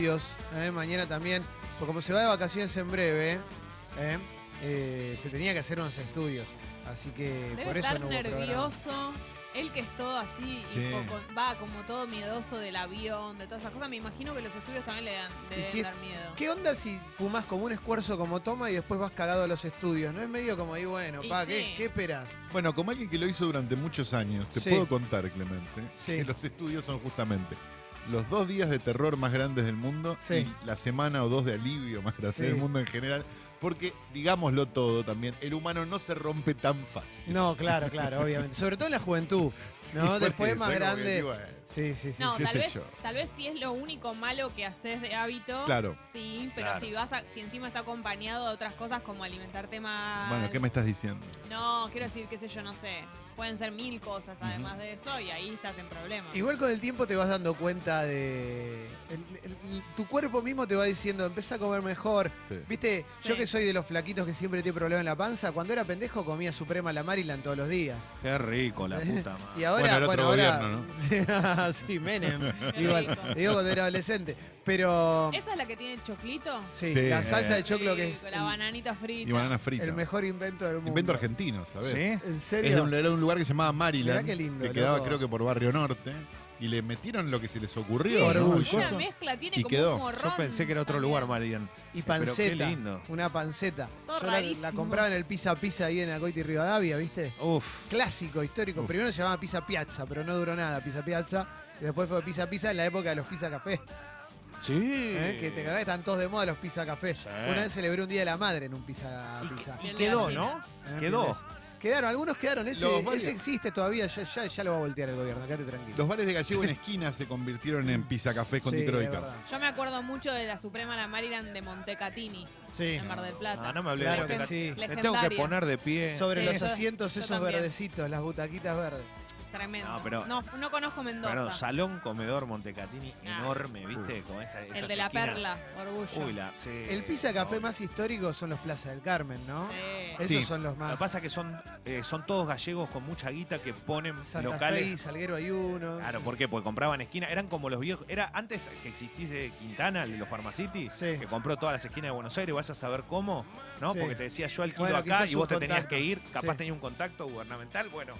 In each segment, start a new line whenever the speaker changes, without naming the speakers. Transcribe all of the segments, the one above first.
Sitios, ¿eh? mañana también. Porque como se va de vacaciones en breve, ¿eh? Eh, se tenía que hacer unos estudios. Así que
Debe
por eso
estar
no hubo programa.
nervioso. Él que es todo así, y
Sí.
co- va como todo miedoso del avión, de todas esas cosas. Me imagino que los estudios también le dan, le
Y
deben
si es-
dar miedo.
¿Qué onda si fumas como un esfuerzo como toma y después vas cagado a los estudios? ¿No es medio como ahí, bueno,
Y
pa,
sí.
¿qué, qué esperás?
Bueno, como alguien que lo hizo durante muchos años, te
Sí.
puedo contar, Clemente,
Sí.
que los estudios son justamente los dos días de terror más grandes del mundo
Sí.
y la semana o dos de alivio más grande
Sí.
del mundo en general, porque, digámoslo todo también, el humano no se rompe tan fácil.
No, claro, claro, obviamente. Sobre todo en la juventud, ¿no?
por
después
eso,
más
como que
grande.
digo, eh,
sí, sí, sí.
No,
sí.
qué
tal
sé
vez,
yo.
tal vez si es lo único malo que haces de hábito.
Claro.
Sí, pero
Claro.
si vas a- si encima está acompañado de otras cosas como alimentarte mal.
Bueno, ¿qué me estás diciendo?
No, quiero decir, qué sé yo, no sé. Pueden ser mil cosas además de eso y ahí estás en problemas.
Igual con el tiempo te vas dando cuenta de. el- el- el- tu cuerpo mismo te va diciendo, empieza a comer mejor.
Sí.
Viste, yo
Sí.
que soy de los flaquitos que siempre tiene problema en la panza, cuando era pendejo comía Suprema la Maryland todos los días.
Qué rico la puta
Eh, Y
madre.
ahora,
era
bueno,
otro
ahora.
gobierno,
sí, Menem.
Qué
Igual,
rico.
te digo cuando era adolescente. Pero.
¿Esa es la que tiene el choclito?
Sí,
Sí,
la
eh.
salsa de choclo
Rico,
que es
La bananita frita.
Y banana frita.
el mejor invento del mundo.
Invento argentino, ¿sabes?
¿Sí?
¿En
Es de un,
serio?
era un lugar que se llamaba Maryland.
Mirá qué lindo,
Que quedaba,
loco.
creo que por Barrio Norte. Y le metieron lo que se les
Sí,
ocurrió.
Por
¿no? Al
orgullo.
una
coso.
mezcla tiene
Y
como
quedó.
un morrón.
Yo pensé que era otro
también.
lugar, Marian.
Y
Pero qué
panceta.
lindo.
Una panceta.
Todo
Yo la, la
rarísimo.
compraba en el Pizza Pizza ahí en Acoiti y Rivadavia, ¿viste?
Uf.
Clásico, histórico.
Uf.
Primero se llamaba Pizza Piazza, pero no duró nada Pizza Piazza. Y después fue Pizza Pizza en la época de los Pizza Café.
Sí.
¿eh? Que te acordás que están todos de moda los Pizza Café.
Sí.
Una vez celebré un día de la madre en un Pizza Pizza.
Piel de
Quedó,
gallina.
¿no?
¿eh?
Quedó.
¿Entendés? Quedaron, algunos quedaron. Ese,
Los
ese
varios.
existe todavía, ya, ya, ya lo va a voltear el gobierno, quédate tranquilo.
Los bares de gallego en esquina se convirtieron en pizzacafés con
Sí,
titro de
es
carne.
verdad.
Yo me acuerdo mucho de la Suprema La Maryland de Montecatini,
Sí.
en Mar del Plata.
Ah, no me hablé
Claro
de
que
Boca.
sí.
Me
Legendaria.
tengo que poner de pie.
Sobre
Sí,
los
yo-
asientos
yo
esos
también.
verdecitos, las butaquitas verdes.
Tremendo.
No, pero-
no, no conozco Mendoza.
Perdón, salón comedor Montecatini
Ah.
enorme, ¿viste? Con esa, esas
el de la
esquinas.
perla, orgullo.
Uy, la. sí,
El pizza café
no.
más histórico son los Plaza del Carmen, ¿no?
Sí.
Esos
Sí.
son los
Lo que
más.
pasa es que son, eh, son todos gallegos con mucha guita que ponen
Santa Fe y
locales.
Salguero hay uno.
Claro, ¿por qué? Porque compraban esquinas. Eran como los viejos. Era antes que existiese Quintana, el de los Pharmacity,
Sí.
que compró todas las esquinas de Buenos Aires. Vas a saber cómo, ¿no?
Sí.
Porque te decía yo alquilo
Bueno,
acá
quizás
y vos
un
te tenías
contacto.
que ir. Capaz
Sí.
tenía un contacto gubernamental. Bueno,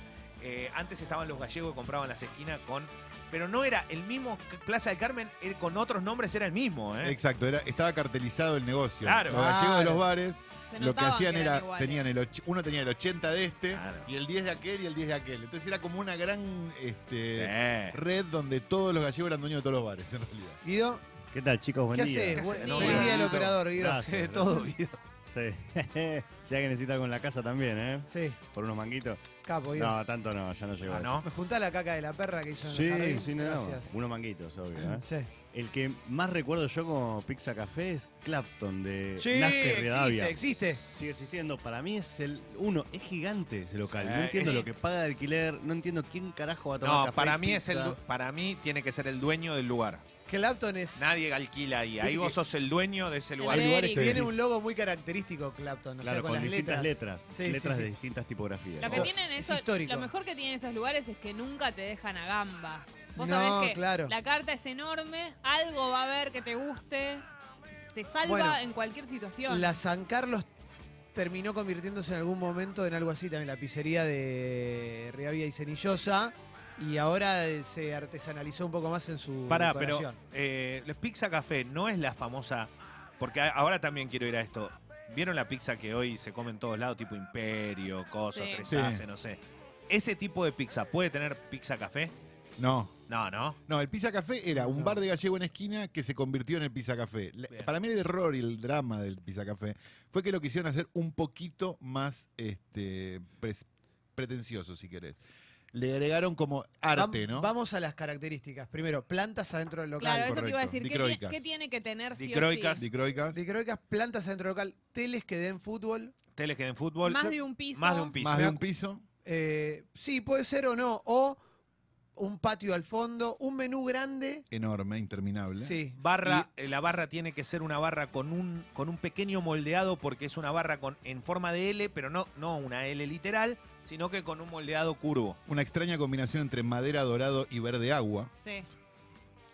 eh, antes estaban los gallegos que compraban las esquinas con. Pero no era el mismo que Plaza del Carmen, eh, con otros nombres era el mismo, ¿eh?
Exacto, era, estaba cartelizado el negocio.
Claro.
Los gallegos de los bares,
Se
lo que
notaban
hacían
eran
era,
iguales.
tenían el och- uno tenía el 80 de este,
Claro.
y el 10 de aquel y el 10 de aquel. Entonces era como una gran este,
eh,
Sí.
red donde todos los gallegos eran dueños de todos los bares, en realidad.
Guido,
¿Qué tal, chicos? Buen
¿qué
día.
haces?
¿Qué
Buen-
haces?
No,
Feliz
bueno.
día del operador, Guido.
Gracias.
Sí, todo, Guido.
Sí. ya que necesita algo en la casa también, ¿eh?
Sí,
Por unos manguitos.
capo, Guido.
No, tanto no, ya no llegó.
Ah,
a
¿no?
Me juntá la caca de la perra que hizo
eso.
en el
Sí,
jardín.
sí, no, no.
Gracias.
Unos manguitos, obvio. ¿eh?
Sí.
El que más recuerdo yo como Pizza Café es Clapton de
Sí,
Nasque Rivadavia.
existe, existe.
Sigue existiendo. Para mí es el uno, es gigante ese local.
Sí,
no entiendo
es-
lo que paga de alquiler, no entiendo quién carajo va a tomar
No,
café y
para mí es el
pizza.
du- para mí tiene que ser el dueño del lugar.
Clapton es.
Nadie alquila ahí. Ahí
Viste
vos
que-
sos el dueño de ese lugar.
Hay lugares que-
Tiene
Sí.
un logo muy característico, Clapton. o sea,
Claro, con,
las
distintas letras, letras,
Sí, sí, sí.
de distintas tipografías.
Lo que
Oh,
tienen
es
eso,
histórico.
lo mejor que tienen esos lugares es que nunca te dejan a gamba. Vos
No,
sabés que
claro.
la carta es enorme, algo va a haber que te guste, te salva
Bueno,
en cualquier situación.
La San Carlos terminó convirtiéndose en algún momento en algo así también, la pizzería de Rivadavia y Cenillosa. Y ahora eh, se artesanalizó un poco más en su
Pará, pero
decoración.
eh, la Pizza Café no es la famosa. Porque a- ahora también quiero ir a esto. ¿Vieron la pizza que hoy se come en todos lados? Tipo Imperio, Coso,
Sí.
Tres
Sí.
Ases, no sé. ¿Ese tipo de pizza puede tener Pizza Café?
No,
No, no.
No, el Pizza Café era un
No.
bar de gallego en esquina que se convirtió en el Pizza Café. La-
Bien.
Para mí el error y el drama del Pizza Café fue que lo quisieron hacer un poquito más este, pres- pretencioso, si querés. Le agregaron como arte,
Vam-
¿no?
Vamos a las características. Primero, plantas adentro del local.
claro, eso te iba a
correcto.
decir. ¿Qué,
Dicroicas.
tiene- qué tiene que tener sí
Dicroicas.
o sí?
Dicroicas.
Dicroicas, plantas adentro del local, teles que den fútbol.
Teles que den fútbol.
Más de un piso.
Más de un piso.
Más de un piso.
Eh, sí, puede ser o no. O un patio al fondo, un menú grande.
Enorme, interminable.
Sí.
Barra, eh, la barra tiene que ser una barra con un, con un pequeño moldeado porque es una barra con, en forma de L, pero no, no una L literal, sino que con un moldeado curvo.
Una extraña combinación entre madera dorado y verde agua.
Sí.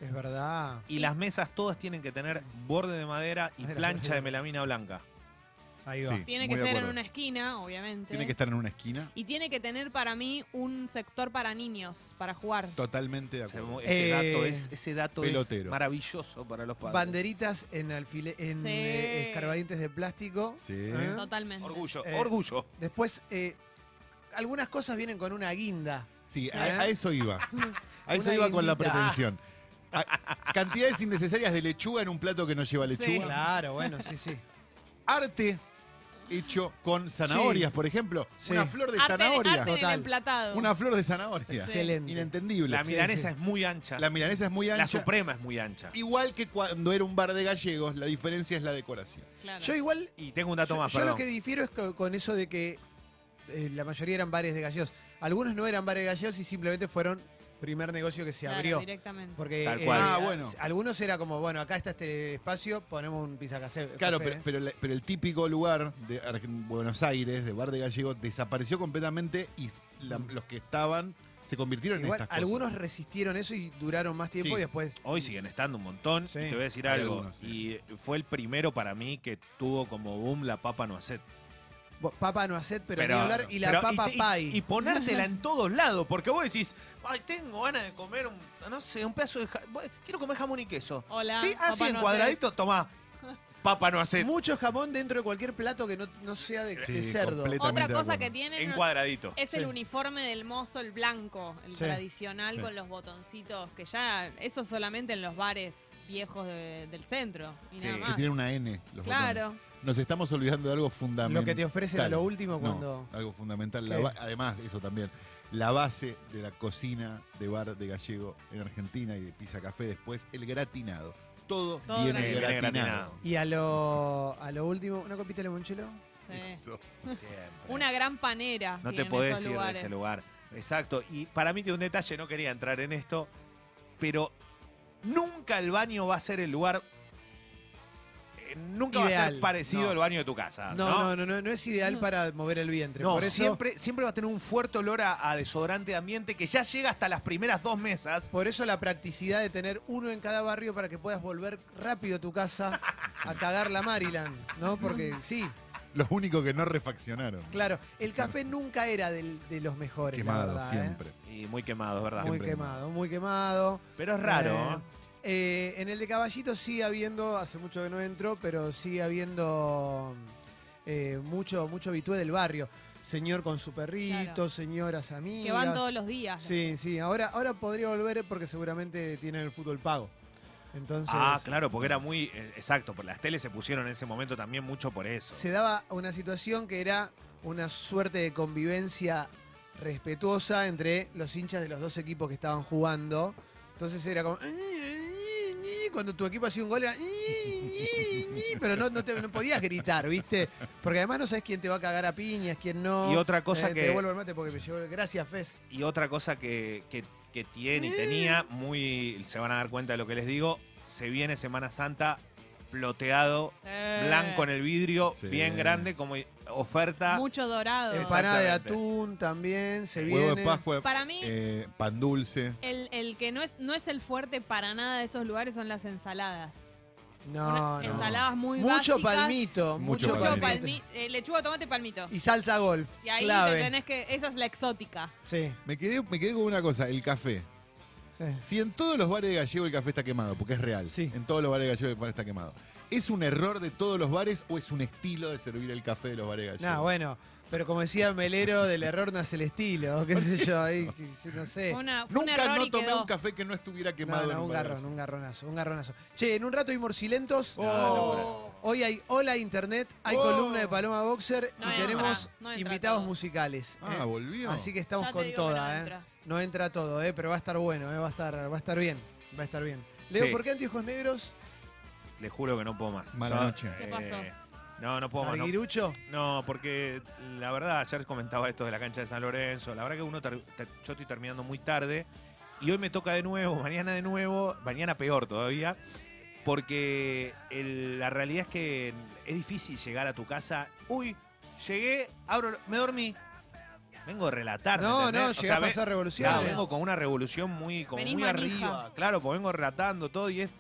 Es verdad.
Y las mesas todas tienen que tener borde de madera y
Madera,
plancha de
madera.
melamina blanca.
Ahí va.
Sí.
Tiene
Muy
que
de
ser en
acuerdo.
una esquina, obviamente.
Tiene que estar en una esquina.
Y tiene que tener para mí un sector para niños, para jugar.
Totalmente de
O sea,
acuerdo.
Ese dato,
Eh,
es, ese dato es
pelotero.
maravilloso para los padres.
Banderitas en, alfile- en
Sí.
eh, escarbadientes de plástico.
Sí.
¿Eh?
Totalmente.
Orgullo,
Eh,
orgullo.
Después, eh, algunas cosas vienen con una guinda.
Sí,
¿Eh?
a, a eso iba. A eso
Una
iba con la
guindita.
pretensión. A- cantidades innecesarias de lechuga en un plato que no lleva
Sí.
lechuga.
Claro, bueno, sí, sí.
Arte hecho con zanahorias, por ejemplo.
Sí.
Una flor de
Arte en-
zanahoria.
arte en el
Total.
emplatado.
Una flor de zanahoria.
Sí.
Excelente.
Inentendible.
La
Sí,
milanesa
sí.
es muy ancha.
sí. La milanesa es muy
La
ancha.
suprema es muy ancha.
Igual que cuando era un bar de gallegos, la diferencia es la decoración.
Claro.
Yo igual
Y tengo un dato
Yo-
más,
yo
perdón.
lo que difiero es co- con eso de que eh, la mayoría eran bares de gallegos. Algunos no eran bares de gallegos y simplemente fueron primer negocio que se
Claro,
abrió.
directamente.
Porque eh,
Tal cual.
Ah, bueno.
algunos era como, bueno, acá está este espacio, ponemos un pizzacafé.
Claro,
café,
pero,
¿eh?
pero la- pero el típico lugar de Argen- Buenos Aires, de bar de gallegos, desapareció completamente y la- los que estaban se convirtieron
Igual,
en estas
algunos
cosas.
resistieron eso y duraron más tiempo
Sí.
y después.
Hoy siguen estando un montón.
Sí.
Y te voy a decir
Hay
algo.
algunos, sí.
Y fue el primero para mí que tuvo como boom la papa noacet.
Bo- Papa no haced, pero, ni hablar. Y la
pero-
papa
te-
pie.
Y, ponértela en todos lados. Porque vos decís, ay, tengo ganas de comer un, no sé, un pedazo de ja- bueno, Quiero comer jamón y queso.
Hola.
sí, así
Papá
en
Noel.
cuadradito, tomá. Papa noacet.
Mucho jamón dentro de cualquier plato que no, no sea de,
Sí,
de cerdo.
Otra
completo. Completamente de
cosa
acuerdo.
que tienen
En
no-
cuadradito.
es el
Sí.
uniforme del mozo, el blanco, el
Sí.
tradicional
Sí.
con los botoncitos, que ya, eso solamente en los bares viejos de- del centro. Y
Sí.
nada
Que
más.
tienen una N. Los botones.
Ah. Claro.
Nos estamos olvidando de algo fundamental.
Lo que te ofrecen a lo último
No,
cuando.
algo fundamental. La
¿Qué?
ba- además, eso también. La base de la cocina de bar de gallego en Argentina y de pizza café después, el gratinado. Todo,
Todo
viene,
gratinado.
Viene
gratinado.
gratinado.
Y a lo, a lo último, ¿una copita de limonchelo?
sí.
Eso.
Siempre.
Una gran panera.
No te
tienen
podés
esos
ir de
lugares.
ese lugar. Exacto. Y para mí tiene un detalle, no quería entrar en esto, pero nunca el baño va a ser el lugar. eh, Nunca va a
Ideal.
ser parecido
No.
al baño de tu casa.
No,
Ah, No,
no, no, no, no es ideal para mover el vientre.
No,
Por eso,
siempre, siempre va a tener un fuerte olor a, a desodorante de ambiente que ya llega hasta las primeras dos mesas.
por eso la practicidad de tener uno en cada barrio para que puedas volver rápido a tu casa a cagar la Maryland, ¿no? Porque sí,
Los únicos que no refaccionaron.
claro. El café nunca era del- de los mejores, la
Quemado,
verdad, ¿eh?
siempre.
Y muy quemado, es verdad.
Muy
Siempre
quemado, muy quemado.
Pero es raro.
Eh,
¿eh?
eh, en el de Caballito sigue habiendo, hace mucho que no entro, pero sigue habiendo eh, mucho, mucho habitué del barrio. Señor con su perrito,
Claro.
señoras amigas.
Que van todos los días.
Sí, sí, ahora, ahora podría volver porque seguramente tienen el fútbol pago. Entonces,
Ah, claro, porque era muy. eh, Exacto, por las teles se pusieron en ese momento también mucho por eso.
se daba una situación que era una suerte de convivencia respetuosa entre los hinchas de los dos equipos que estaban jugando. Entonces era como. Cuando tu equipo hacía un gol era. Pero no, no, te- no podías gritar, ¿viste? Porque además no sabes quién te va a cagar a piñas, quién no.
Y otra cosa
Eh,
que.
Te devuelvo el mate porque me llevo. el- Gracias, Fez.
Y otra cosa que, que- que tiene y tenía, muy. Se van a dar cuenta de lo que les digo. Se viene Semana Santa ploteado,
Eh.
blanco en el vidrio,
Sí.
bien grande, como oferta.
Mucho dorado.
Exacto.
Empanada de
Exactamente.
atún también. Se
Huevo de
viene.
Pascua,
Para mí,
eh, pan dulce.
el, el que no es, no es el fuerte para nada de esos lugares son las ensaladas.
No,
Una-
no.
Ensaladas muy
Mucho
básicas.
palmito,
Mucho
mucho,
Mucho
palmito.
palmito.
palmi- eh, lechuga, tomate, palmito.
Y salsa golf.
Y ahí
clave.
te tenés que. Esa es la exótica.
Sí,
Me quedé, me quedé con una cosa, el café.
sí.
Si en todos los bares de gallego el café está quemado, porque es real,
Sí.
en todos los bares de gallego el café está quemado, ¿es un error de todos los bares o es un estilo de servir el café de los bares gallegos?
No, bueno, pero como decía Melero, del error nace el estilo, qué sé yo, ahí, que- no sé.
Fue Una, fue un
Nunca
error
no
y
tomé
quedó.
un café que no estuviera
No,
quemado
no,
en
un
bar.
garrón, un garronazo, un garronazo. Che, en un rato hay morcilentos.
Oh.
Hoy hay hola internet, hay
Oh.
columna de Paloma Boxer
No
y
entra,
tenemos
no entra
invitados
todo.
musicales.
Ah,
eh.
volvió.
Así que
Ya
estamos
te
con
digo que no
toda, eh.
entra.
No entra todo, eh, pero va a estar bueno, eh, va a estar, va a estar bien, va a estar bien. Leo,
Sí.
¿por qué anteojos negros?
Les juro que no puedo más.
Mala
Yo,
noche.
¿Qué
eh,
pasó?
no, no puedo más. no-
¿Arguirucho?
No, porque la verdad, ayer comentaba esto de la cancha de San Lorenzo. La verdad que uno ter- ter- yo estoy terminando muy tarde. Y hoy me toca de nuevo, mañana de nuevo, mañana peor todavía. Porque el- la realidad es que es difícil llegar a tu casa. Uy, llegué, abro, me dormí. Vengo de relatar.
No,
¿entendés?
no,
O sea,
llega a
ve-
pasar revolución. ¿eh?
Claro,
Claro.
vengo con una revolución muy, como
Venís
muy
manija.
arriba. Claro, pues vengo relatando todo y es.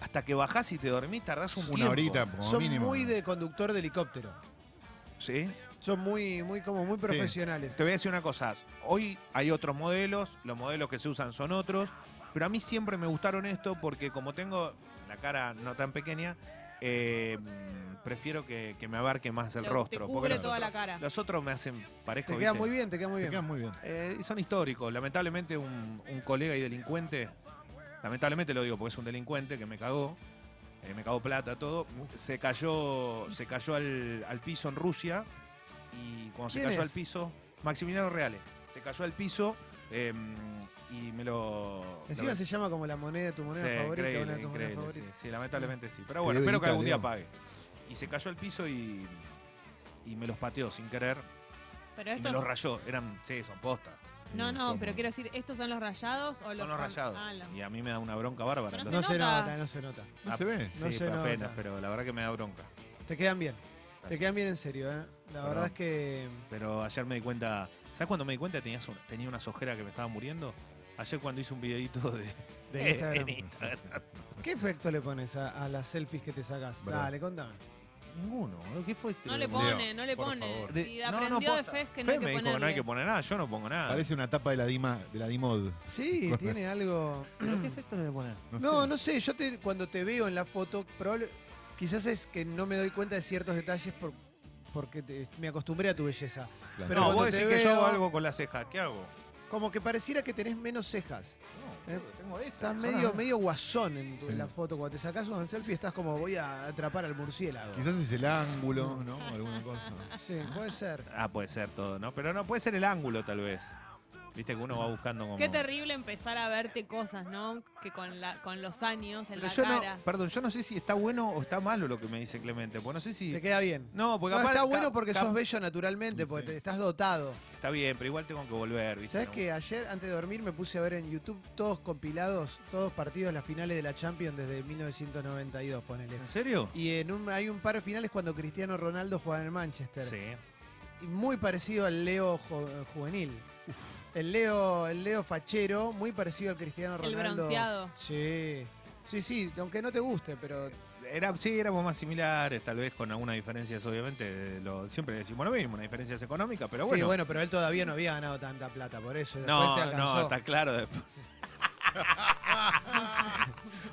Hasta que bajás y te dormís, tardás un
Una
tiempo.
horita, como
Son
mínimo.
muy de conductor de helicóptero.
Sí.
Son muy, muy, como muy profesionales.
Te voy a decir una cosa. Hoy hay otros modelos, los modelos que se usan son otros, pero a mí siempre me gustaron esto porque como tengo la cara no tan pequeña, eh, mm, prefiero que, que me abarque más el
Te-
rostro.
Te
porque
cubre
los
toda la
otros-
cara.
Los otros me hacen, parezco,
Te queda
¿viste?
muy bien, te queda muy
Te queda
bien.
muy bien.
Eh, y son históricos. Lamentablemente un, un colega y delincuente, lamentablemente lo digo porque es un delincuente que me cagó, eh, me cagó plata, todo, se cayó, se cayó al, al piso en Rusia y cuando se
¿Quién
cayó
es?
al piso, Maximiliano Reale, se cayó al piso eh, y me lo...
Encima
lo-
se llama como la moneda, tu moneda
Sí,
favorita,
increíble,
una de tus monedas
increíble,
favoritas.
Sí, sí, lamentablemente sí. Pero bueno,
Qué
espero que
debilita,
algún día
Leo.
pague. Y se cayó al piso y, y me los pateó sin querer.
Pero
Y me los
estos.
rayó. Eran, sí, son postas.
No,
Eh,
no,
¿cómo?
pero quiero decir, ¿estos son los rayados o los.?
Son los rayados.
Ah, los-
Y a mí me da una bronca bárbara.
Pero
No
Se
se
nota.
nota, no se nota.
No se ve.
Sí,
no se
pero
nota.
apenas, pero la verdad que me da bronca.
Te quedan bien. Te
Gracias.
quedan bien en serio, ¿eh? La
Perdón.
verdad es que.
Pero ayer me di cuenta. ¿Sabes cuando me di cuenta? Tenías un- tenía una sojera que me estaba muriendo. Ayer cuando hice un videito de,
De Instagram.
en Instagram.
¿Qué efecto le pones a, a las selfies que te sacas?
Verdad.
Dale, contame.
Ninguno, boludo, ¿qué fue?
No le
Leo,
pone, no le
por
pone.
favor.
De-
Si
no, no,
aprendió de
posta.
Fez que no hay
Fez me
que
dijo que no hay que
ponerle.
poner nada, yo no pongo nada.
Parece una tapa de la Dima, de la Dimod.
Sí,
Correcto.
tiene algo.
¿Pero qué efecto le voy a poner?
No,
sé.
no sé, yo te, cuando te veo en la foto, probable- quizás es que no me doy cuenta de ciertos detalles por- porque te- me acostumbré a tu belleza.
Claro.
Pero
no,
cuando
vos
te
decís que yo hago
veo-
algo con la ceja, ¿qué hago?
Como que pareciera que tenés menos cejas.
No, boludo, tengo esta.
Eh, Estás
son
medio,
las-
medio guasón en, tu-
Sí.
en la foto. Cuando te sacás una selfie estás como voy a atrapar al murciélago.
Quizás es el ángulo, ¿no? Alguna cosa.
Sí, puede ser.
Ah, puede ser todo, ¿no? Pero no, puede ser el ángulo tal vez. Viste que uno va buscando como.
Qué terrible empezar a verte cosas, ¿no? Que con, la, con los años en la
Pero yo
cara.
no, perdón, yo no sé si está bueno o está malo lo que me dice Clemente, porque no sé si.
Te queda bien.
No, porque
No,
capaz-
está
ca-
bueno porque
ca-
sos bello naturalmente, porque
Sí.
te- estás dotado.
Está bien, pero igual tengo que volver, ¿viste?
¿Sabes
No,
que ayer, antes de dormir, me puse a ver en YouTube todos compilados, todos partidos, las finales de la Champions desde 1992, ponele.
¿En serio?
Y en un- hay un par de finales cuando Cristiano Ronaldo jugaba en el Manchester.
Sí.
Y muy parecido al Leo jo- eh, juvenil. El Leo, el Leo fachero, muy parecido al Cristiano
El
Ronaldo.
bronceado.
Sí. Sí, sí, aunque no te guste, pero
Era, sí, éramos más similares, tal vez con algunas diferencias, obviamente. de lo- siempre decimos lo mismo, una diferencia es económica, pero bueno.
Sí, bueno, pero él todavía no había ganado tanta plata, por eso después te
no,
alcanzó.
no, está claro. después.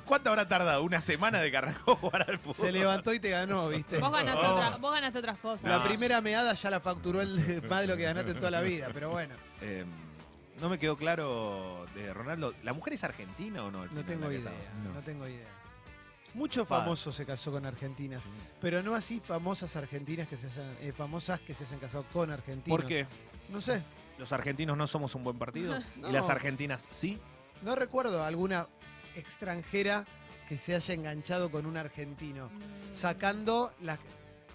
¿Cuánto habrá tardado? ¿Una semana de que arrancó jugar al fútbol?
Se levantó y te ganó, ¿viste?
Vos ganaste,
Oh.
otra- vos ganaste otras cosas.
La
No.
primera meada ya la facturó el más de lo que ganaste en toda la vida, pero bueno,
Eh, no me quedó claro de Ronaldo. ¿La mujer es argentina o no? al
no
final,
tengo
la que
idea,
estaba?
no.
No.
tengo idea. Mucho
Padre.
famoso se casó con argentinas, pero no así famosas argentinas que se hayan, eh, famosas que se hayan casado con argentinos.
¿Por qué?
No sé,
¿Los argentinos no somos un buen partido?
No.
¿Y las argentinas sí?
no recuerdo alguna extranjera que se haya enganchado con un argentino.
Mm.
Sacando la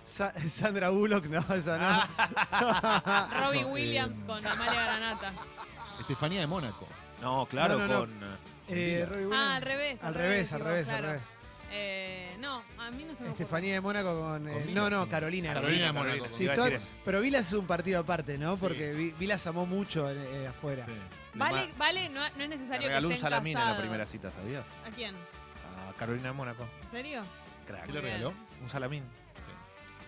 Sa- Sandra Bullock, no, esa no.
Ah,
Robbie
No, eh,
Williams con Amalia Granata.
Estefanía de Mónaco.
No, claro,
No, no, no.
con. eh,
Eh, Robbie Williams.
Ah, al revés.
Al revés,
decís
al
vos,
revés, al
claro.
revés.
Eh, no, a mí no se me ocurre.
Estefanía de Mónaco con. eh,
Con
no,
Vila,
no,
sí.
Carolina.
Carolina de
Carolina,
Mónaco.
Sí,
iba a
todo-
decir eso.
pero Vilas es un partido aparte, ¿no? Porque Vi- Vilas amó mucho eh, afuera.
Sí.
Vale, vale, no, no es
Le
necesario que
regaló
estén
un salamín en la
casados.
primera cita, ¿sabías?
¿A quién?
A Carolina de Mónaco.
¿En serio?
Crack.
¿Qué le
Muy bien.
regaló?
Un salamín.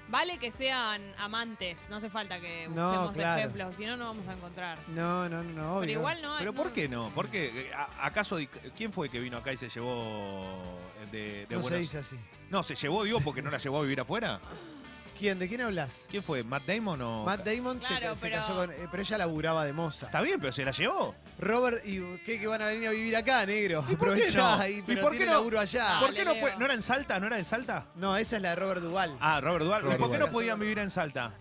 Vale que sean amantes, no hace falta que
No,
busquemos
claro.
ejemplos, si no, no vamos a encontrar.
No, no, no, no, obvio.
Pero igual no
¿Pero
no-
por qué no? ¿Por qué? Eh, a- ¿Acaso di- quién fue que vino acá y se llevó eh, de, de
no se
Buenos-
dice así.
No, se llevó, digo, porque no la llevó a vivir afuera.
¿Quién? ¿De quién hablas?
¿Quién fue? ¿Matt Damon o.?
Matt Damon se-
Claro,
se,
pero-
casó con. eh, pero ella laburaba de moza.
Está bien, pero se la llevó.
Robert, ¿y qué que van a venir a vivir acá, negro?
¿Y por qué
Aprovechá,
no?
y-
¿Y
pero
por qué
tiene
no?
laburo allá.
¿Por
Dale,
qué no
Ah, Leo.
fue? ¿No era en Salta? ¿No era en Salta?
No, esa es la de Robert Duval.
Ah, Robert Duval.
Robert
¿Por qué
Duval.
no podían vivir en Salta?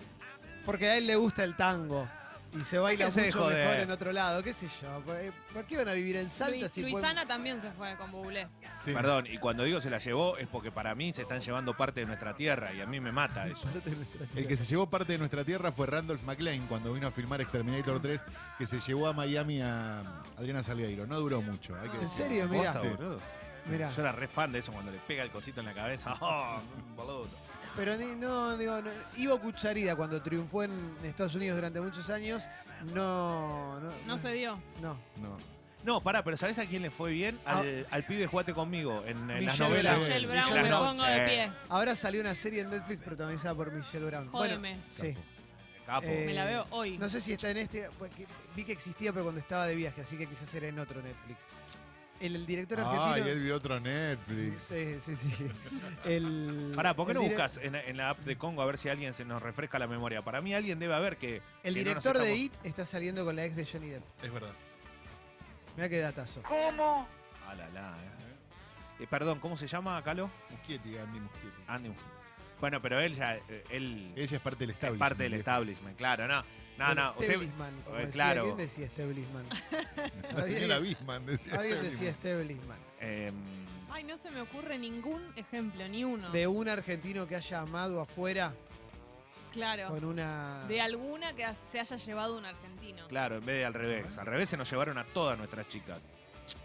Porque a él le gusta el tango. Y se baila
Déjense de
mucho mejor
joder.
en otro lado, qué sé yo. ¿Por, eh, por qué van a vivir en Salta
Luis-
si pueden-
Luisana también se fue con Bublé.
Sí.
Perdón, y cuando digo se la llevó es porque para mí se están llevando parte de nuestra tierra y a mí me mata eso.
El que se llevó parte de nuestra tierra fue Randolph McLean cuando vino a filmar Exterminator 3, que se llevó a Miami a Adriana Salgueiro. No duró mucho. hay que
¿En
decirlo.
serio? Mira.
Posta,
Sí.
boludo.
Mirá.
Yo era re fan de eso cuando le pega el cosito en la cabeza. ¡Oh, boludo!
Pero ni- no, digo, no, Ivo Cucharida cuando triunfó en Estados Unidos durante muchos años, no. No,
No se dio.
No. Ah.
No.
No, pará, pero ¿sabés a quién le fue bien? Al, al pibe Jugate Conmigo en, en las
Michelle
novelas.
Brown.
Michelle Brown,
Michelle
me
Brown,
pongo de
sí.
pie.
Ahora salió una serie en Netflix protagonizada por Michelle Brown.
Jódeme.
Bueno, sí.
Capo.
Eh,
me la veo hoy.
No sé si está en este. porque Vi que existía, pero cuando estaba de viaje, así que quizás era en otro Netflix. El, el director
Ay,
argentino.
él vio otro Netflix.
Sí, sí, sí. El,
Pará, ¿por qué
el
no
dire-
buscas en, en la app de Congo a ver si alguien se nos refresca la memoria? Para mí alguien debe haber que.
El
que no nos
director de IT
estamos-
está saliendo con la ex de Johnny Depp.
Es verdad.
Mira qué datazo.
Ah, la, la, eh. Eh, perdón, ¿cómo se llama, Calo?
Muschietti, Andy Muschietti.
Andy. Bueno, pero él ya. eh, Él
Ella Ah. es parte del
es
establishment.
parte del
viejo.
establishment, claro, no. No, no. Usted,
Esteblishman, Este como
eh,
decía.
claro.
¿Quién decía Esteblishman?
La señora Bisman decía.
Alguien
Establishment.
decía este Esteblishman.
em,
Ay, no se me ocurre ningún ejemplo, ni uno.
De un argentino que haya amado afuera
claro.
con una.
De alguna que se haya llevado un argentino.
claro, en vez de al revés. Al revés se nos llevaron a todas nuestras chicas.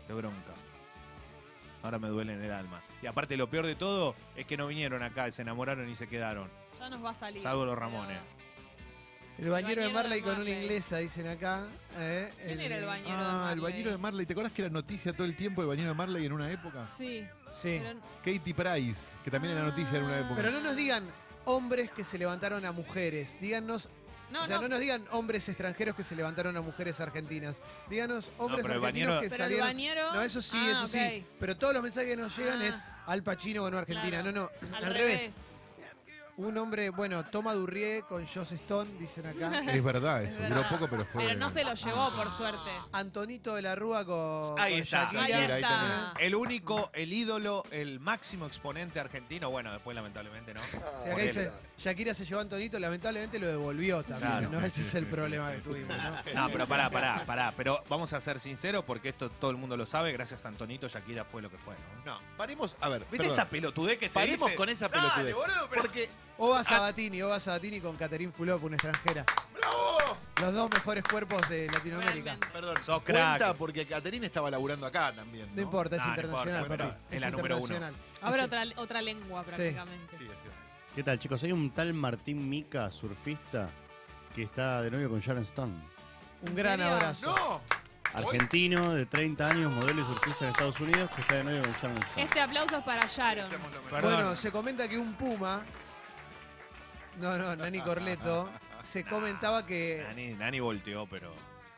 Qué bronca. Ahora me duele en el alma. Y aparte, lo peor de todo es que no vinieron acá, se enamoraron y se quedaron.
Ya nos va a salir.
Salvo los
pero-
Ramones.
el bañero de
bañero de
Marley con una
Marley.
inglesa, dicen acá. eh,
¿Quién era el bañero?
Ah, el
Marley.
bañero de Marley. ¿Te acuerdas que era noticia todo el tiempo el bañero de Marley en una época?
Sí.
Sí.
pero-
Katie Price, que también era noticia en una época.
Pero no nos digan hombres que se levantaron a mujeres. Díganos.
no,
o sea, no.
no,
nos digan hombres extranjeros que se levantaron a mujeres argentinas. Díganos hombres
pero el
argentinos
bañero-
que
pero el
salieron.
bañero.
No, eso sí,
Ah,
eso
ok.
sí. Pero todos los mensajes que nos llegan
Ah.
es Al Pacino con una Argentina.
Claro.
No, no, al, revés. Un hombre, bueno, Toma Durrié con Joss Stone, dicen acá.
Es verdad,
Es
eso.
verdad.
Duró poco, pero fue. Ah,
Pero no se lo llevó, por suerte.
Antonito de la Rúa con,
Ahí
con
está.
Ahí
Shakira.
Mira, ahí
está.
El único, el ídolo, el máximo exponente argentino. Bueno, después lamentablemente no.
O sea, acá dice, Shakira se llevó a Antonito, lamentablemente lo devolvió también.
Claro.
¿no? Ese es el problema que tuvimos. ¿no?
No, pero pará, pará, pará. Pero vamos a ser sinceros porque esto todo el mundo lo sabe. Gracias a Antonito, Shakira fue lo que fue. ¿no?
No, paremos. A ver,
¿Viste
perdón.
esa pelotudez que se
paremos
dice?
con esa
Dale,
pelotudez.
boludo, pero-
Porque.
Ah.
Oba Sabatini, Oba Sabatini con Caterín Fulop, una extranjera.
¡Bravo!
Los dos mejores cuerpos de Latinoamérica.
Realmente.
Perdón,
Sos
cuenta
crack.
porque Caterina estaba laburando acá también. No,
No importa, es
Ah, no
internacional,
importa,
papi.
es la
es
número uno.
internacional.
Ahora otra, otra lengua prácticamente.
Sí, así es.
¿Qué tal, chicos? Hay un tal Martín Mica, surfista, que está de novio con Sharon Stone.
Un gran
¿En serio?
abrazo.
¡No!
Argentino, de 30 años, modelo y surfista en Estados Unidos, que está de novio con Sharon Stone.
Este aplauso es para Sharon.
Hacemos lo mejor.
Perdón.
Bueno, se comenta que un puma. No, no, Nani Corleto. Se comentaba que.
Nani, Nani volteó, pero.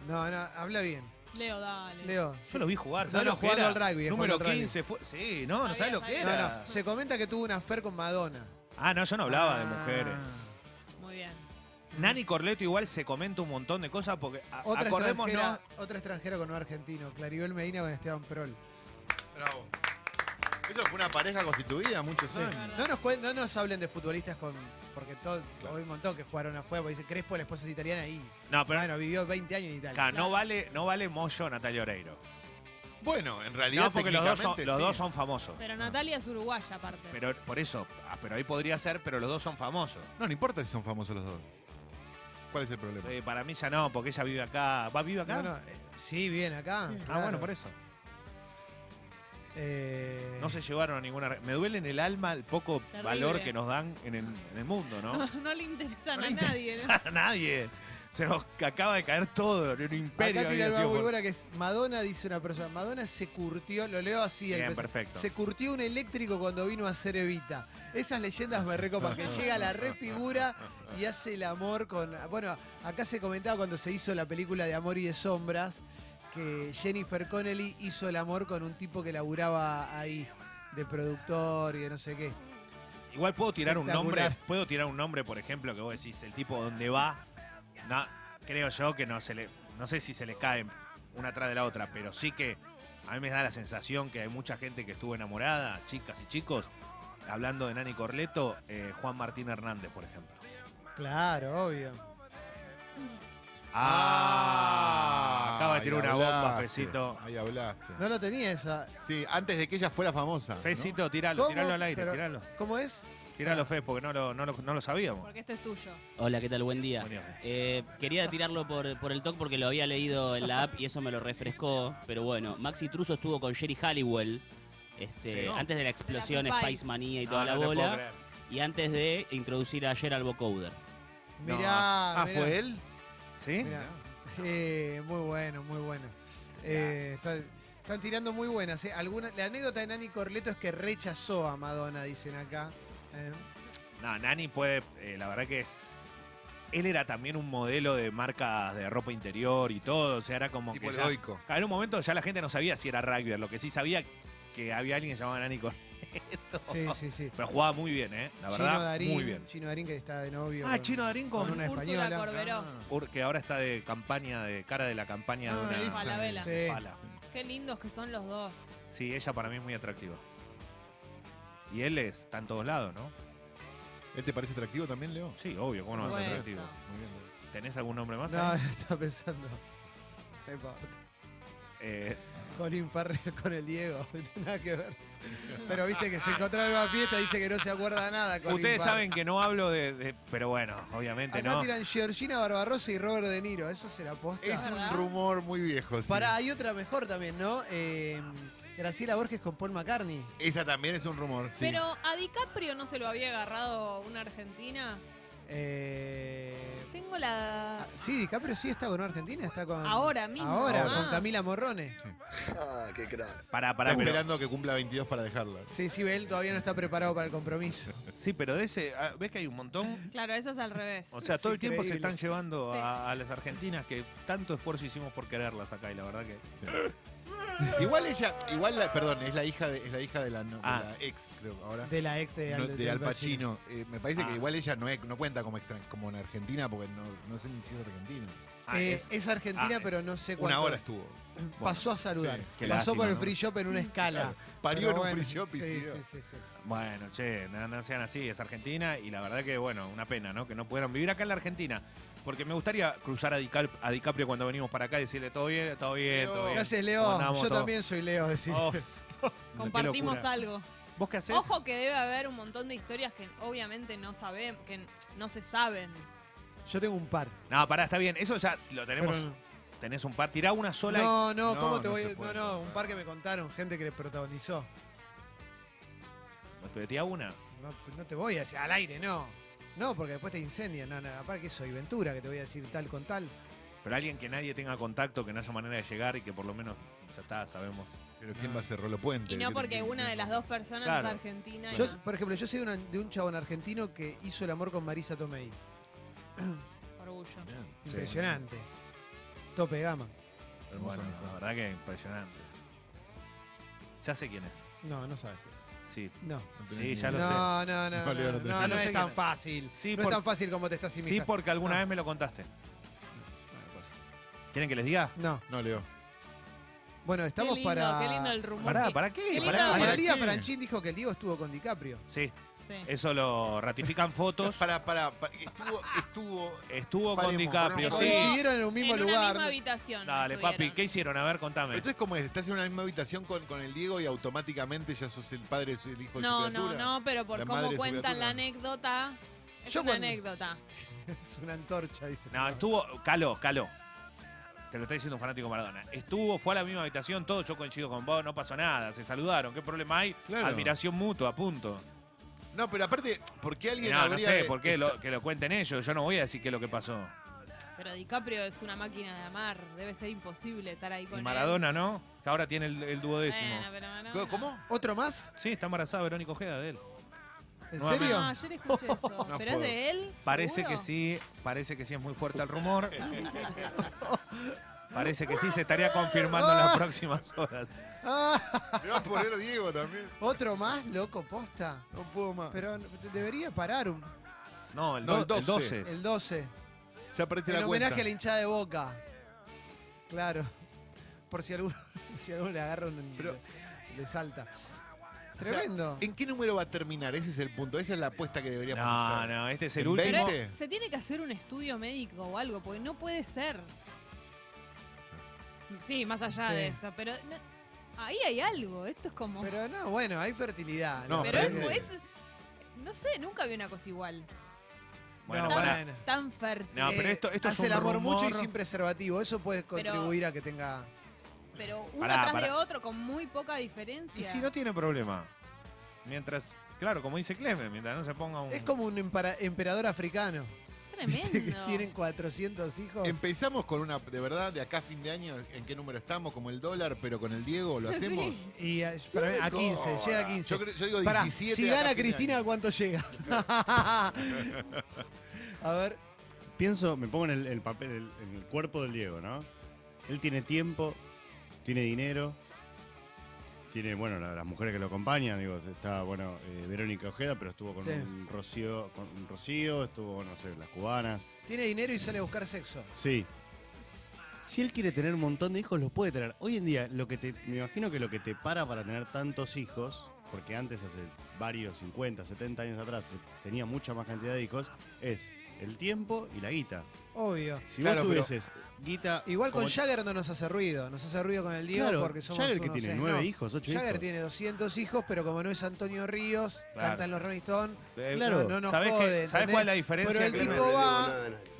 No, no, habla bien.
Leo, dale.
Leo.
Yo lo vi jugar.
No,
¿sabés
no,
lo que
jugando
era?
al rugby,
Número
jugando al
15 fue. Sí, no, no
Sabía,
sabes lo que
sabía.
No,
era.
no. Se comenta que tuvo una affair con Madonna.
Ah, no, yo no hablaba de
Ah.
mujeres.
Muy bien.
Nani Corleto igual se comenta un montón de cosas porque a-
Otra
acordémonos.
extranjera, otra extranjera con un argentino. Claribel Medina con Esteban Prol.
Bravo. Eso fue una pareja constituida muchos
Sí.
años.
Ah, No, nos cuen- no nos hablen de futbolistas con. Porque todo,
Claro.
hay un montón que jugaron afuera. Porque dice Crespo, la esposa es italiana y.
No, pero
Bueno, vivió 20 años en Italia.
acá, no vale, no vale Moyo Natalia Oreiro.
Bueno, en realidad
No, porque los dos son, los
técnicamente,
dos
sí.
son famosos.
Pero Natalia es uruguaya aparte.
Pero por eso, ah, pero ahí podría ser, pero los dos son famosos.
No, no importa si son famosos los dos. ¿Cuál es el problema?
Eh, para mí ya no, porque ella vive acá. ¿Va vive acá?
No, no, eh, sí, bien, acá.
ah,
claro.
bueno, por eso.
Eh,
No se llevaron a ninguna. Me duele en el alma el poco
Terrible.
valor que nos dan en el, en el mundo, ¿no?
no, no le interesan
No le
a nadie. ¿no?
A nadie. Se nos acaba de caer todo en un imperio.
Acá tira
había
algo
sido
muy
por-
buena que es Madonna, dice una persona. Madonna se curtió, lo leo así. al
Bien,
empezar.
perfecto.
Se curtió un eléctrico cuando vino a hacer Evita. Esas leyendas me recopan, que llega la refigura y hace el amor con... Bueno, acá se comentaba cuando se hizo la película de Amor y de Sombras, que Jennifer Connelly hizo el amor con un tipo que laburaba ahí, de productor y de no sé qué.
Igual puedo tirar un nombre.
Espectacular.
Puedo tirar un nombre, por ejemplo, que vos decís, el tipo donde va. No, creo yo que no se le. No sé si se les cae una atrás de la otra, pero sí que a mí me da la sensación que hay mucha gente que estuvo enamorada, chicas y chicos. Hablando de Nani Corleto, eh, Juan Martín Hernández, por ejemplo.
Claro, obvio.
Ah,
acaba de tirar
ahí
una bomba,
hablaste, Ah,
Fecito.
Ahí hablaste.
No lo tenía esa.
Sí, antes de que ella fuera famosa. ¿no?
Fecito, tiralo,
¿Cómo?
tiralo al aire,
Pero-
tiralo.
¿Cómo es?
Tiralo, Fe, porque no lo, no lo, no lo sabíamos.
Porque esto es tuyo.
Hola, ¿qué tal? Buen día.
Buen día.
Eh, quería tirarlo por, por el talk porque lo había leído en la app y eso me lo refrescó. Pero bueno, Maxi Truso estuvo con Jerry Halliwell este,
Sí.
antes de la explosión
Pipies.
Spice Manía y
No,
toda la
no te puedo
bola,
creer.
y antes de introducir a Gerald Bocouder.
No.
Mirá.
Ah,
mirá,
¿fue él?
¿Sí?
mirá. Eh, muy bueno, muy bueno. Eh, está- están tirando muy buenas. eh. Alguna, la anécdota de Nani Corleto es que rechazó a Madonna, dicen acá. eh.
No, Nani puede, eh, la verdad que es... Él era también un modelo de marcas de ropa interior y todo, o sea, era como
Tipo
que...
el
ya-
doico.
en un momento ya la gente no sabía si era rugby, lo que sí sabía que había alguien que llamaba Nani Corneto.
Sí, sí, sí.
Pero jugaba muy bien, ¿eh? La verdad,
Chino Darín,
muy bien.
Chino Darín que está de novio.
Ah,
con-
Chino Darín
con
con...
una
Úrsula
española.
Ah,
Corberó.
Ur- que ahora está de campaña, de cara de la campaña
Ah,
de una...
esa.
Falabella.
Sí.
Fala.
Qué lindos que son los dos.
Sí, ella para mí es muy atractiva. Y él es- está en todos lados, ¿no?
¿Él te parece atractivo también, Leo?
Sí, obvio, ¿cómo no va a ser
Supuesto.
atractivo?
Muy bien. Leo.
¿Tenés algún nombre más?
No,
ahí?
no estaba pensando. No importa.
Eh,
Colin Farrell con el Diego, no tiene nada que ver. Pero viste que se encontraron en una fiesta y dice que no se acuerda nada. Colin
ustedes
Farrell.
saben que no hablo de, de- Pero bueno, obviamente
Acá
no.
tiran Georgina Barbarossa y Robert De Niro, eso será posta.
Es
¿Verdad?
un rumor muy viejo. sí.
Pará, hay otra mejor también, ¿no? Eh, Graciela Borges con Paul McCartney.
Esa también es un rumor, sí.
Pero a DiCaprio no se lo había agarrado una argentina.
Eh,
Tengo la.
ah, sí, DiCaprio sí está con Argentina, está con.
Ahora mismo,
Ahora,
mamá.
con Camila Morrone.
Ah, qué crack.
Para, para,
Está
pero.
esperando que cumpla 22 para dejarla.
Sí, sí, él todavía no está preparado para el compromiso.
Sí, pero de ese. ah, ¿Ves que hay un montón?
Claro, esa es al revés.
O sea,
Es
todo el tiempo se
increíble.
están llevando
Sí.
a, a las argentinas que tanto esfuerzo hicimos por quererlas acá y la verdad que.
Sí. Igual ella, igual la, perdón, es la hija de, es la hija de la, no- de
Ah.
la ex, creo ahora.
De la ex de,
no,
Al,
de Al Pacino. Eh, me parece
Ah.
que igual ella no, es- no cuenta como, extran- como en Argentina, porque no, no sé ni si es Argentina.
Ah,
Eh,
es-
es, argentina,
ah, es
pero no sé cuánto.
Una hora estuvo.
Pasó a saludar.
Sí,
pasó
qué
por
lástima,
el
¿no?
free shop en una escala. Pero
Parió en un
bueno,
free shop y
sí,
siguió.
sí, sí, sí.
Bueno, che, no, no sean así, es Argentina y la verdad que, bueno, una pena, ¿no? Que no pudieran vivir acá en la Argentina. Porque me gustaría cruzar a, Dicap- a DiCaprio cuando venimos para acá y decirle todo bien, todo bien, todo bien.
Gracias, Leo.
Mandamos
Yo
todo.
también soy Leo, decir.
Oh,
Compartimos
qué locura.
algo.
¿Vos qué haces?
Ojo que debe haber un montón de historias que obviamente no sabemos, que no se saben.
Yo tengo un par.
No, pará, está bien. Eso ya lo tenemos.
Pero-
Tenés un par. Tirá una sola. y-
No, no,
No,
¿cómo te
no
voy?
se
No,
puede
no, un
contar.
par que me contaron, gente que les protagonizó.
Pero Tirá una.
No, pues no te voy a decir al aire, no. No, porque después te incendian. No, no, aparte que soy Ventura, que te voy a decir tal con tal.
Pero alguien que nadie tenga contacto, que no haya manera de llegar y que por lo menos ya está, sabemos.
Pero ¿quién va a ser Rolo Puente?
Y no porque una de las dos personas
Claro.
es argentina. y
Yo,
no.
por ejemplo, yo soy de una- de un chabón argentino que hizo el amor con Marisa Tomei.
Orgullo.
Bien,
Sí.
Impresionante. Tope de gama.
hermosa
Bueno,
mujer.
la verdad que impresionante. Ya sé quién es.
No, no sabes.
Sí.
No.
No tenés ni
Sí, ya
idea.
lo sé.
No, no, no.
No,
No,
Leo, no
no,
te-
no
ya lo sé
es
que
tan
no.
fácil.
Sí,
no
por-
es tan fácil como te estás
Sí,
imitando.
porque alguna
No.
vez me lo contaste. ¿Quieren que les diga?
No.
No, Leo.
Bueno, estamos
qué lindo,
para.
Qué lindo el rumor.
Pará,
que-
¿para qué?
Qué
Pará.
lindo.
Analía
¿Para qué?
Franchín dijo que el Diego estuvo con DiCaprio.
Sí,
Sí.
eso lo ratifican fotos.
Para, para, para- estuvo, estuvo.
Estuvo con
Paremos,
DiCaprio,
paremos.
sí.
Coincidieron en un mismo
en una
lugar.
misma habitación.
Dale, papi,
estuvieron.
¿qué hicieron? A ver,
Pero
contame.
entonces, ¿cómo es? Estás en una misma habitación con, con el Diego y automáticamente ya sos el padre, de su- el hijo de
No,
su
no,
criatura.
no, pero por
La madre de
cómo
su
cuentan la
criatura.
anécdota. Es
Yo
una
cuando-
anécdota.
es una antorcha, dice.
No, estuvo. Caló, caló. Te lo está diciendo un fanático de Maradona. Estuvo, fue a la misma habitación, todo, yo coincido con vos, no pasó nada, se saludaron, ¿qué problema hay?
Claro.
Admiración mutua, punto.
No, pero aparte, ¿por qué alguien
No, no
habría
sé,
de-
¿por qué? Lo- que lo cuenten ellos, yo no voy a decir qué es lo que pasó.
Pero DiCaprio es una máquina de amar. Debe ser imposible estar ahí con
Y
él.
Maradona, ¿no? Que ahora tiene el, el duodécimo.
Bueno, pero Maradona-
¿Cómo? ¿Cómo?
¿Otro más?
Sí, está embarazada Verónica Ojeda de él.
¿En
Nuevamente.
serio?
No, ayer escuché eso.
No
¿Pero
puedo.
es de él?
Parece
¿Seguro?
que sí, parece que sí es muy fuerte el rumor. Parece que sí, se estaría confirmando en las próximas horas.
Ah,
Me va a poner Diego también.
¿Otro más, loco? Posta.
No puedo más.
Pero n- debería parar un-
No, el,
No,
do-
el 12.
el 12 es.
el 12.
ya perdiste
En
la
homenaje a
cuenta.
la hinchada de boca. Claro. Por si alguno, si alguno le agarra un-
Pero-
le, le salta. Tremendo.
¿En qué número va a terminar? Ese es el punto. Esa es la apuesta que deberíamos
No,
hacer.
no, este es el
¿En
último.
Pero
20?
se tiene que hacer un estudio médico o algo, porque no puede ser. Sí, más allá
Sí.
de eso. Pero no- ahí hay algo. Esto es como. Pero,
Pero no, bueno, hay fertilidad.
No,
La
pero
verdad
es,
prende.
que-
es. No sé, nunca vi una cosa igual.
Bueno,
No,
pará.
bueno.
Tan fértil.
No, pero
Eh,
esto- esto es
hace
un
el amor
rumor. Mm.
mucho y sin preservativo. Eso puede contribuir a que tenga.
pero uno
Pará,
tras de
pará.
otro con muy poca diferencia.
Y si no tiene problema. Mientras, claro, como dice Clemen, mientras no se ponga un.
Es como un empera- emperador africano.
Tremendo.
¿viste? Que tienen 400 hijos.
Em-
Empezamos con una, de verdad, de acá a fin de año, en qué número estamos, como el dólar, pero con el Diego, ¿lo hacemos?
Sí.
Y a, para mí, a 15, llega a 15.
Yo, creo- yo digo
Pará,
17.
si
de acá a
gana
fin de
Cristina,
año.
¿cuánto llega? a ver,
Pienso, me pongo en el, el papel, el- en el cuerpo del Diego, ¿no? Él tiene tiempo, tiene dinero, tiene, bueno, la- las mujeres que lo acompañan, digo, está, bueno, eh, Verónica Ojeda, pero estuvo con
Sí.
un Rocío, con un Rocío, estuvo, no sé, las cubanas.
tiene dinero y sale a buscar sexo.
Sí. Si él quiere tener un montón de hijos, los puede tener. Hoy en día, lo que te, me imagino que lo que te para para tener tantos hijos, porque antes, hace varios 50, 70 años atrás, se tenía mucha más cantidad de hijos, es el tiempo y la guita.
Obvio.
Si
Claro,
vos
pero-
tuvieses guita.
Igual con
como-
Jagger no nos hace ruido. Nos hace ruido con el Diego
Claro,
porque somos
Jagger que
unos
tiene
seis,
nueve
no.
hijos, ocho
Jagger
hijos.
tiene 200 hijos, pero como no es Antonio Ríos,
Claro.
cantan los Rolling Stones,
Eh,
Claro.
no, no nos
¿Sabés, qué-
jode,
¿sabés cuál es
¿entendés?
la diferencia?
Pero el
Clemen?
tipo va,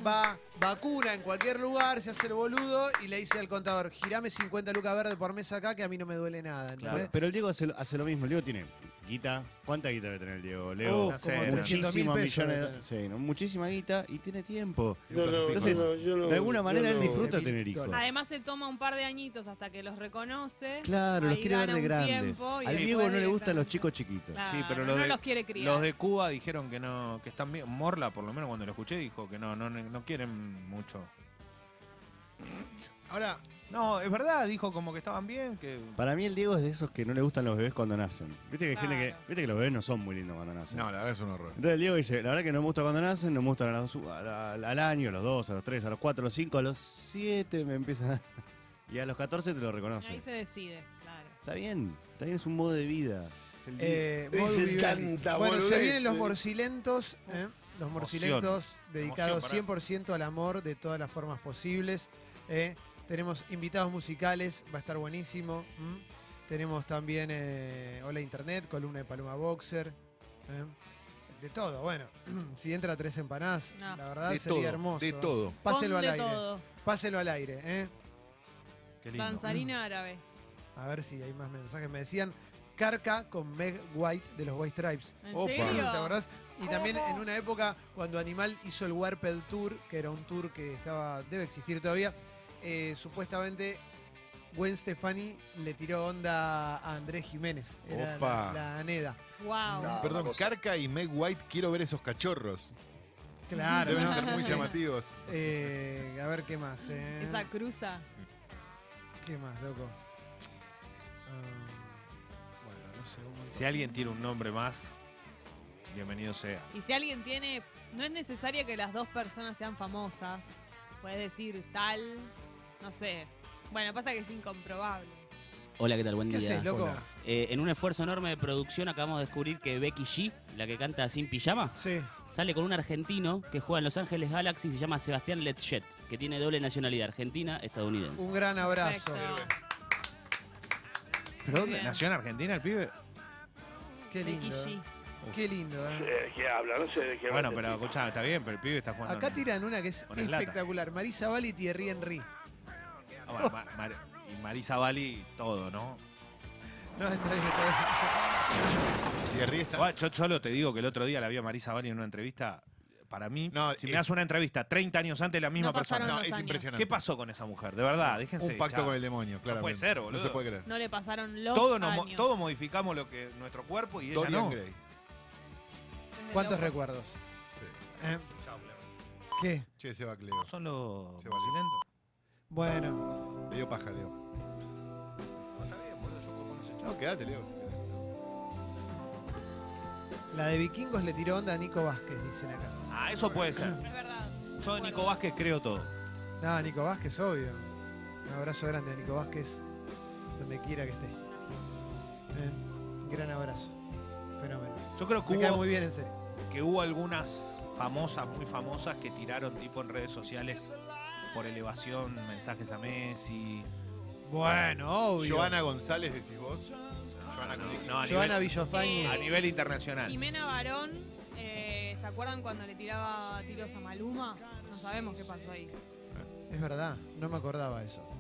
va, vacuna en cualquier lugar, se hace el boludo y le dice al contador, girame 50 lucas verde por mes acá que a mí no me duele nada, ¿entendés?
Claro.
Pero el Diego hace, hace lo mismo. El Diego tiene guita. ¿Cuánta guita debe tener el Diego? Leo.
Oh,
no
como
sé,
300 mil
muchísimos
pesos debe
millones de,
tener.
sí, ¿no? muchísima guita y tiene tiempo.
No, no,
Entonces,
no,
de alguna manera él disfruta
Mil
tener hijos.
dólares.
Además se toma un par de añitos hasta que los reconoce.
Claro, los
Ahí
quiere ver
gana
de
un
grandes.
tiempo y
Al
después
Diego no le
directamente.
gustan los chicos chiquitos.
Claro,
Sí, pero
no
los de-
los quiere criar.
Los de Cuba dijeron que no, que están bien. Morla, por lo menos cuando lo escuché, dijo que no, no, no quieren mucho.
Ahora,
No, es verdad, dijo como que estaban bien, que.
Para mí el Diego es de esos que no le gustan los bebés cuando nacen. Viste que hay gente que,
Claro.
viste que los bebés no son muy lindos cuando nacen.
no, la verdad es un horror.
Entonces el Diego dice, la verdad que no me gusta cuando nacen, no me gustan a los- a- a- al año, a los dos, a los tres, a los cuatro, a los cinco, a los siete me empiezan a... Y a los 14 te lo
Ahí
reconocen.
se decide, claro.
Está bien, está bien, es un modo de vida. Es el Diego.
Eh,
Dice
modo Vivaldi.
tanta
bueno, se
boludez,
vienen los
eh.
morcilentos, ¿eh? los morcilentos dedicados
Emoción,
100% al amor de todas las formas posibles. ¿eh? Tenemos invitados musicales, va a estar buenísimo. ¿m? Tenemos también eh, Hola Internet, columna de Paloma Boxer. ¿eh? De todo, bueno. si entra tres empanadas,
No.
la
Ah,
verdad
de
sería
todo,
hermoso.
de todo.
Páselo
Con
al
de
aire.
todo.
Páselo al aire. ¿eh?
Qué lindo. Mm.
Danzarina árabe.
A ver si hay más mensajes. Me decían Carca con Meg White de los White Stripes.
¿En
Opa.
¿Te
serio?
acordás? Y también
¿Cómo?
en una época cuando Animal hizo el Warped Tour, que era un tour que estaba debe existir todavía, eh, supuestamente Gwen Stefani le tiró onda a Andrés Jiménez, era la,
Opa.
la Aneda.
Wow.
No. Ah,
Perdón,
una cosa.
Carca y Meg White, quiero ver esos cachorros.
Claro.
Deben
no,
ser muy
sí.
llamativos.
Eh, a ver qué más. eh?
Esa cruza.
¿Qué más, loco? Ah, bueno, no sé. un montón.
Si alguien tiene un nombre más, bienvenido sea.
Y si alguien tiene. No es necesario que las dos personas sean famosas. Puedes decir tal. No sé. Bueno, pasa que es incomprobable.
Hola, ¿qué tal? Buen
¿Qué
día.
haces, loco?
Hola.
Eh, en un esfuerzo enorme de producción acabamos de descubrir que Becky G, la que canta sin pijama,
Sí.
sale con un argentino que juega en Los Ángeles Galaxy, se llama Sebastián Letchet, que tiene doble nacionalidad, argentina, estadounidense.
Un gran abrazo.
Perfecto.
¿Pero dónde?
Bien.
¿Nació en Argentina el pibe?
Qué
Becky
lindo. eh.
G.
Qué lindo, eh.
¿De qué habla? No sé de qué
Bueno,
habla
pero
este
escuchá, está bien, pero el pibe está jugando.
Acá
en-
tiran una que es
Con Slatan.
espectacular. Marisa Val y Thierry Henry.
Ah, bueno, Ma- Mar- y Marisa Bali, todo, ¿no?
No, está bien, está bien.
Y arriba está-
Bueno, Yo solo te digo que el otro día la vi a Marisa Bali en una entrevista. Para mí,
No,
si me
es-
das una entrevista 30 años antes, la misma
No pasaron
persona.
No,
los
es
años.
impresionante.
¿Qué pasó con esa mujer? De verdad, déjense.
Un pacto
ya.
con el demonio, claro.
puede ser, boludo.
No se puede creer.
No le pasaron los.
Todos, nos mo-
años.
todos modificamos lo que nuestro cuerpo y ella
Dorian
no.
Gray.
Desde
¿Cuántos
locos.
recuerdos? ¿Eh?
Chao, Clemente.
¿Qué?
Che, se va Cleo.
Son los
Se valió.
morcilentos.
Bueno,
Le dio paja, Leo.
No, está bien, boludo, yo puedo conocer, chao.
No, quédate, Leo. si querés.
la de vikingos le tiró onda a Nico Vázquez, dicen acá.
Ah, eso puede ser.
Es verdad.
Yo de Nico Vázquez creo todo.
Nada, Nico Vázquez, obvio. Un abrazo grande a Nico Vázquez, donde quiera que esté. ¿Eh? Gran abrazo. Fenómeno.
Yo creo que
Me cae
hubo,
muy bien, en serio.
que hubo algunas famosas, muy famosas, que tiraron tipo en redes sociales por elevación, mensajes a Messi.
Bueno, obvio.
Joana González, decís vos. Joana
no,
Kulicki.
no, a
Joana
nivel-
Villafañe.
A nivel
Ah.
internacional.
Jimena Barón. eh, ¿Se acuerdan cuando le tiraba tiros a Maluma? No sabemos qué pasó ahí.
Es verdad, no me acordaba eso.